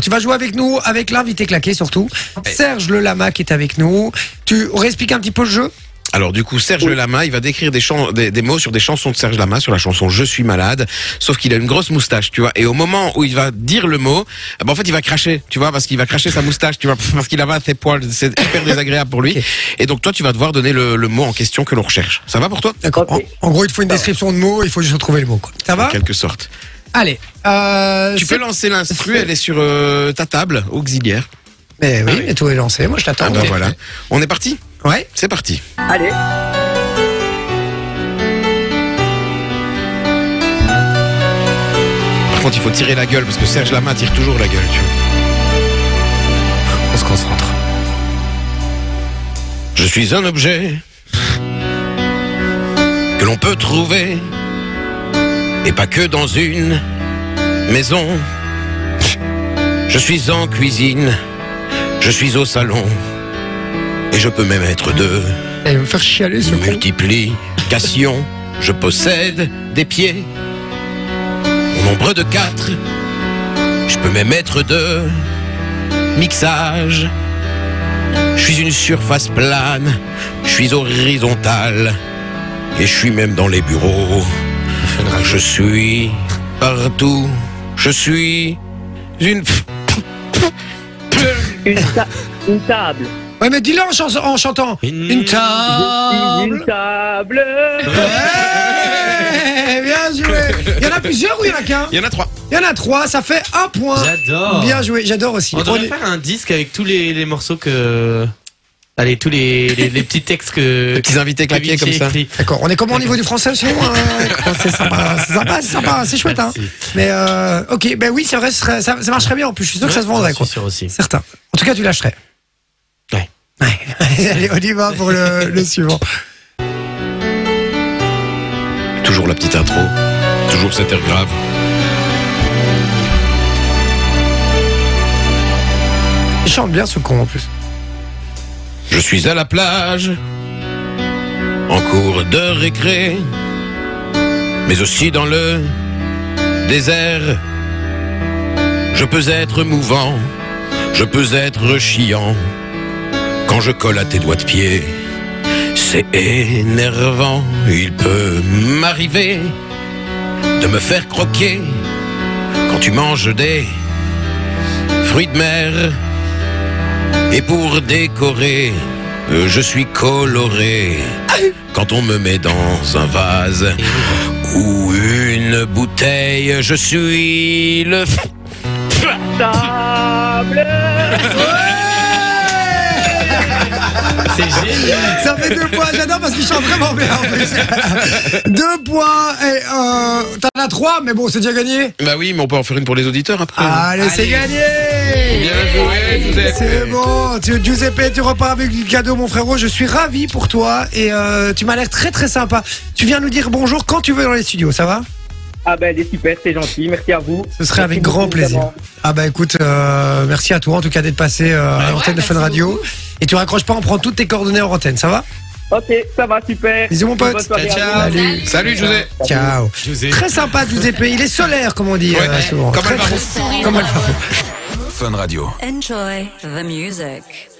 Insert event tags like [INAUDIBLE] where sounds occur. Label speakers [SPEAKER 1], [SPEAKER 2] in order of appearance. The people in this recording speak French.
[SPEAKER 1] Tu vas jouer avec nous, avec l'invité claqué surtout. Serge Le Lama qui est avec nous. Tu réexpliques un petit peu le jeu
[SPEAKER 2] Alors du coup, Serge Lama, il va décrire des, chan- des, des mots sur des chansons de Serge Lama, sur la chanson Je suis malade, sauf qu'il a une grosse moustache, tu vois. Et au moment où il va dire le mot, eh ben, en fait, il va cracher, tu vois, parce qu'il va cracher sa moustache, tu vois, [LAUGHS] parce qu'il a pas ses poils, c'est hyper désagréable pour lui. Et donc toi, tu vas devoir donner le, le mot en question que l'on recherche. Ça va pour toi
[SPEAKER 1] D'accord.
[SPEAKER 3] Ok.
[SPEAKER 1] En, en gros, il te faut une description de mots, il faut juste retrouver le mot. quoi. Ça va
[SPEAKER 2] En quelque sorte.
[SPEAKER 1] Allez. Euh,
[SPEAKER 2] Tu
[SPEAKER 1] c'est-
[SPEAKER 2] peux lancer l'instru, elle est sur euh, ta table auxiliaire.
[SPEAKER 1] Mais oui,
[SPEAKER 2] Ah oui.
[SPEAKER 1] mais tout est lancé. Moi, je t'attends.
[SPEAKER 2] Ah ben
[SPEAKER 1] Ok.
[SPEAKER 2] voilà. On est parti
[SPEAKER 1] Ouais.
[SPEAKER 2] C'est parti.
[SPEAKER 3] Allez,
[SPEAKER 2] Par contre, il faut tirer la gueule parce que Serge Lama tire toujours la gueule, tu vois.
[SPEAKER 1] On se concentre.
[SPEAKER 2] Je suis un objet que l'on peut trouver et pas que dans une maison. Je suis en cuisine, je suis au salon et je peux même être deux.
[SPEAKER 1] Elle va me faire chialer ce con.
[SPEAKER 2] Multiplication, je possède des pieds. Au nombre de quatre, je peux même être deux. Mixage, je suis une surface plane, je suis horizontal. Et je suis même dans les bureaux. Je suis partout, je suis une...
[SPEAKER 3] une, ta- une table.
[SPEAKER 1] Ouais, mais dis-le en, chans- en chantant. [LAUGHS] Une,
[SPEAKER 3] Je suis [LAUGHS]
[SPEAKER 1] table.
[SPEAKER 3] une table.
[SPEAKER 1] Ouais, bien joué. Il y en a plusieurs ou il y en a qu'un
[SPEAKER 2] Il y en a trois.
[SPEAKER 1] Il y en a trois, ça fait un point.
[SPEAKER 4] J'adore.
[SPEAKER 1] Bien joué, j'adore aussi.
[SPEAKER 4] On devrait
[SPEAKER 1] Prenez-
[SPEAKER 4] faire un disque avec tous les, les morceaux que. Allez, tous les, les, les petits textes que.
[SPEAKER 2] Les petits invités
[SPEAKER 4] que
[SPEAKER 2] claqués
[SPEAKER 4] Vinci
[SPEAKER 2] comme ça.
[SPEAKER 4] Euh, écrit.
[SPEAKER 1] D'accord, on est comment au niveau du français sinon
[SPEAKER 4] [LAUGHS]
[SPEAKER 1] euh, C'est sympa, c'est sympa, c'est sympa, c'est chouette. Hein.
[SPEAKER 4] Merci.
[SPEAKER 1] Mais euh, ok, ben oui, c'est vrai, ce serait- ça, ça marcherait bien en plus. Je suis sûr que ça se vendrait
[SPEAKER 4] J'en
[SPEAKER 1] quoi.
[SPEAKER 4] suis sûr aussi.
[SPEAKER 1] Certain. En tout cas, tu lâcherais.
[SPEAKER 4] Ouais.
[SPEAKER 1] Ouais. [LAUGHS] Allez, on y va pour le, le suivant.
[SPEAKER 2] Toujours la petite intro, toujours cette air grave.
[SPEAKER 1] Il chante bien ce con en plus.
[SPEAKER 2] Je suis à la plage, en cours de récré, mais aussi dans le désert. Je peux être mouvant, je peux être chiant. Quand je colle à tes doigts de pied, c'est énervant. Il peut m'arriver de me faire croquer quand tu manges des fruits de mer. Et pour décorer, euh, je suis coloré. Quand on me met dans un vase ou une bouteille, je suis le. f-
[SPEAKER 3] Table.
[SPEAKER 4] C'est génial.
[SPEAKER 1] Ça fait deux points, j'adore parce qu'il chante vraiment bien en plus. [LAUGHS] Deux points, et euh, t'en as trois, mais bon, c'est déjà gagné.
[SPEAKER 2] Bah oui, mais on peut en faire une pour les auditeurs après.
[SPEAKER 4] Ah.
[SPEAKER 1] Allez, c'est gagné C'est bon, tu, Giuseppe, tu repars avec du cadeau, mon frérot. Je suis ravi pour toi et euh, tu m'as l'air très très sympa. Tu viens nous dire bonjour quand tu veux dans les studios, ça va
[SPEAKER 3] Ah ben, elle est super, c'est gentil. Merci à vous.
[SPEAKER 1] Ce serait avec grand plaisir. Ah bah écoute, euh, merci à toi en tout cas d'être passé euh, à l'antenne de Fun Radio. Et tu raccroches pas, on prend toutes tes coordonnées en antenne, ça va
[SPEAKER 3] Ok, ça va super.
[SPEAKER 1] Bisous, mon pote.
[SPEAKER 3] Bonne soirée à
[SPEAKER 4] Ciao,
[SPEAKER 3] vous.
[SPEAKER 4] ciao.
[SPEAKER 1] Salut.
[SPEAKER 2] Salut José
[SPEAKER 1] Ciao
[SPEAKER 4] Je vous ai-
[SPEAKER 1] Très sympa Giuseppe, il est solaire comme on dit
[SPEAKER 2] Ouais,
[SPEAKER 1] euh, souvent.
[SPEAKER 2] comme
[SPEAKER 1] Très,
[SPEAKER 2] Alvaro.
[SPEAKER 1] très- comme Alvaro.
[SPEAKER 5] Enjoy the music.